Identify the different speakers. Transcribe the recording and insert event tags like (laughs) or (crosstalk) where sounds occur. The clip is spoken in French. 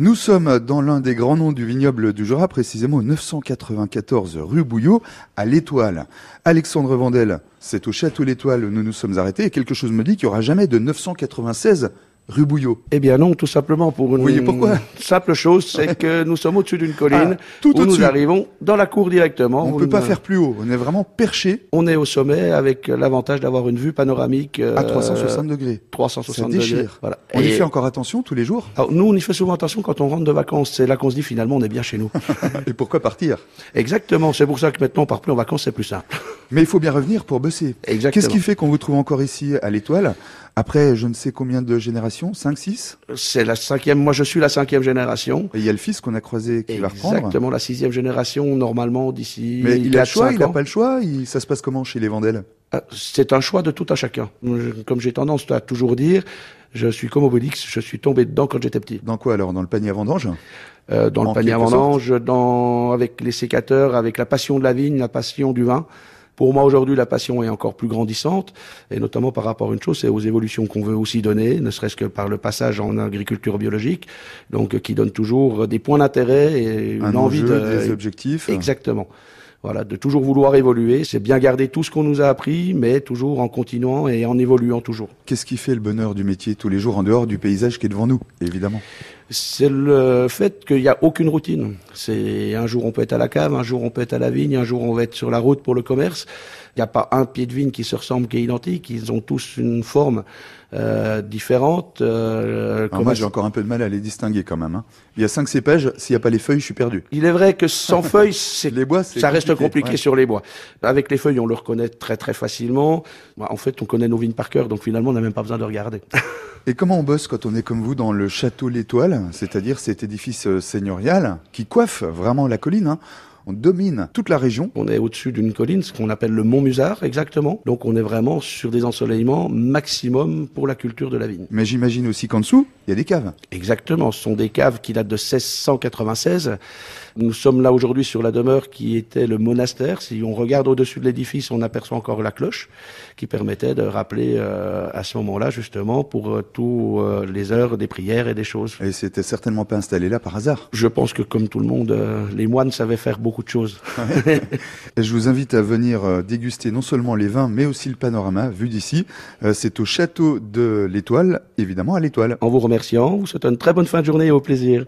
Speaker 1: Nous sommes dans l'un des grands noms du vignoble du Jura, précisément au 994 rue Bouillot, à l'Étoile. Alexandre Vandel, c'est au château l'Étoile où nous nous sommes arrêtés et quelque chose me dit qu'il n'y aura jamais de 996 rue Bouillot.
Speaker 2: Eh bien non, tout simplement pour une
Speaker 1: Oui, et pourquoi
Speaker 2: simple chose, c'est
Speaker 1: (laughs)
Speaker 2: que nous sommes au-dessus d'une colline
Speaker 1: Ah, tout
Speaker 2: où nous
Speaker 1: au-dessus.
Speaker 2: arrivons dans la cour directement.
Speaker 1: On ne
Speaker 2: Où
Speaker 1: peut pas
Speaker 2: nous-
Speaker 1: faire plus haut, on est vraiment perché
Speaker 2: On est au sommet avec l'avantage d'avoir une vue panoramique euh,
Speaker 1: à 360 degrés.
Speaker 2: 360
Speaker 1: Ça déchire.
Speaker 2: degrés. Voilà.
Speaker 1: On y
Speaker 2: Et-
Speaker 1: fait encore attention tous les
Speaker 2: (laughs)
Speaker 1: jours
Speaker 2: Alors, nous, on y fait souvent attention quand on rentre de vacances. C'est là qu'on se dit finalement on est bien
Speaker 1: (laughs)
Speaker 2: chez nous.
Speaker 1: et pourquoi partir
Speaker 2: Exactement. C'est pour ça que maintenant on part plus en vacances, c'est plus simple.
Speaker 1: Mais il faut bien revenir pour bosser.
Speaker 2: Exactement.
Speaker 1: Qu'est-ce qui fait qu'on vous trouve encore ici à l'Étoile après je ne sais combien de générations 5, 6
Speaker 2: C'est la cinquième. Moi, je suis la cinquième génération.
Speaker 1: Et il y a le fils qu'on a croisé qui va reprendre.
Speaker 2: Exactement, la sixième génération normalement d'ici.
Speaker 1: Mais il a le
Speaker 2: quatre,
Speaker 1: choix,
Speaker 2: cinq
Speaker 1: il n'a
Speaker 2: ans.
Speaker 1: pas le choix, il- ça se passe comment chez les Vandelles
Speaker 2: Ah, C'est un choix de tout à chacun. Je- Comme j'ai tendance à toujours dire, je suis comme Obélix, je suis tombé dedans quand j'étais petit.
Speaker 1: Dans quoi alors Dans le panier à vendange
Speaker 2: Euh, dans
Speaker 1: En
Speaker 2: le panier à
Speaker 1: quelque
Speaker 2: vendange, dans, avec les sécateurs, avec la passion de la vigne, la passion du vin. Pour moi, aujourd'hui, la passion est encore plus grandissante, et notamment par rapport à une chose, c'est aux évolutions qu'on veut aussi donner, ne serait-ce que par le passage en agriculture biologique, donc euh, qui donne toujours des points d'intérêt et une
Speaker 1: Un
Speaker 2: envie
Speaker 1: enjeu,
Speaker 2: de,
Speaker 1: des objectifs
Speaker 2: Exactement. Voilà, de toujours vouloir évoluer, c'est bien garder tout ce qu'on nous a appris, mais toujours en continuant et en évoluant toujours.
Speaker 1: Qu'est-ce qui fait le bonheur du métier tous les jours en dehors du paysage qui est devant nous, évidemment
Speaker 2: C'est le fait qu'il n'y a aucune routine. C'est un jour on peut être à la cave, un jour on peut être à la vigne, un jour on va être sur la route pour le commerce. Il n'y a pas un pied de vigne qui se ressemble, qui est identique. Ils ont tous une forme euh, différente. euh,
Speaker 1: Alors
Speaker 2: comme
Speaker 1: Ah, Moi
Speaker 2: un-
Speaker 1: j'ai encore un peu de mal à les distinguer quand même. hein. Il y a cinq cépages, s'il n'y a pas les feuilles, je suis perdu.
Speaker 2: Il est vrai que
Speaker 1: (laughs)
Speaker 2: sans feuilles, c'est
Speaker 1: Les bois, c'est
Speaker 2: Ça reste compliqué
Speaker 1: ouais.
Speaker 2: sur les bois. Avec les feuilles, on le reconnaît très très facilement. Bah, En fait, on connaît nos vignes par cœur, donc finalement, on n'a même pas besoin
Speaker 1: (laughs)
Speaker 2: de regarder.
Speaker 1: Et comment on bosse quand on est comme vous dans le château l'Étoile, c'est-à-dire cet édifice euh, seigneurial qui coiffe vraiment la colline hein. On domine toute la région.
Speaker 2: on est au-dessus d'une colline, ce qu'on appelle le Mont Musard, exactement. Donc, on est vraiment sur des ensoleillements maximum pour la culture de la vigne.
Speaker 1: Mais j'imagine aussi qu'en dessous, il y a des caves.
Speaker 2: Exactement. Ce sont des caves qui datent de 1696. Nous sommes là aujourd'hui sur la demeure qui était le monastère. Si on regarde au-dessus de l'édifice, on aperçoit encore la cloche qui permettait de rappeler euh, à ce moment-là, justement, pour euh, tous euh, les heures des prières et des choses.
Speaker 1: Et c'était certainement pas installé là par hasard.
Speaker 2: Je pense que comme tout le monde, euh, les moines savaient faire beaucoup de choses.
Speaker 1: Et je vous invite à venir euh, déguster non seulement les vins, mais aussi le panorama vu d'ici. Euh, C'est au château de l'Étoile, évidemment à l'Étoile.
Speaker 2: En vous remerciant, vous souhaite une très bonne fin de journée et au plaisir.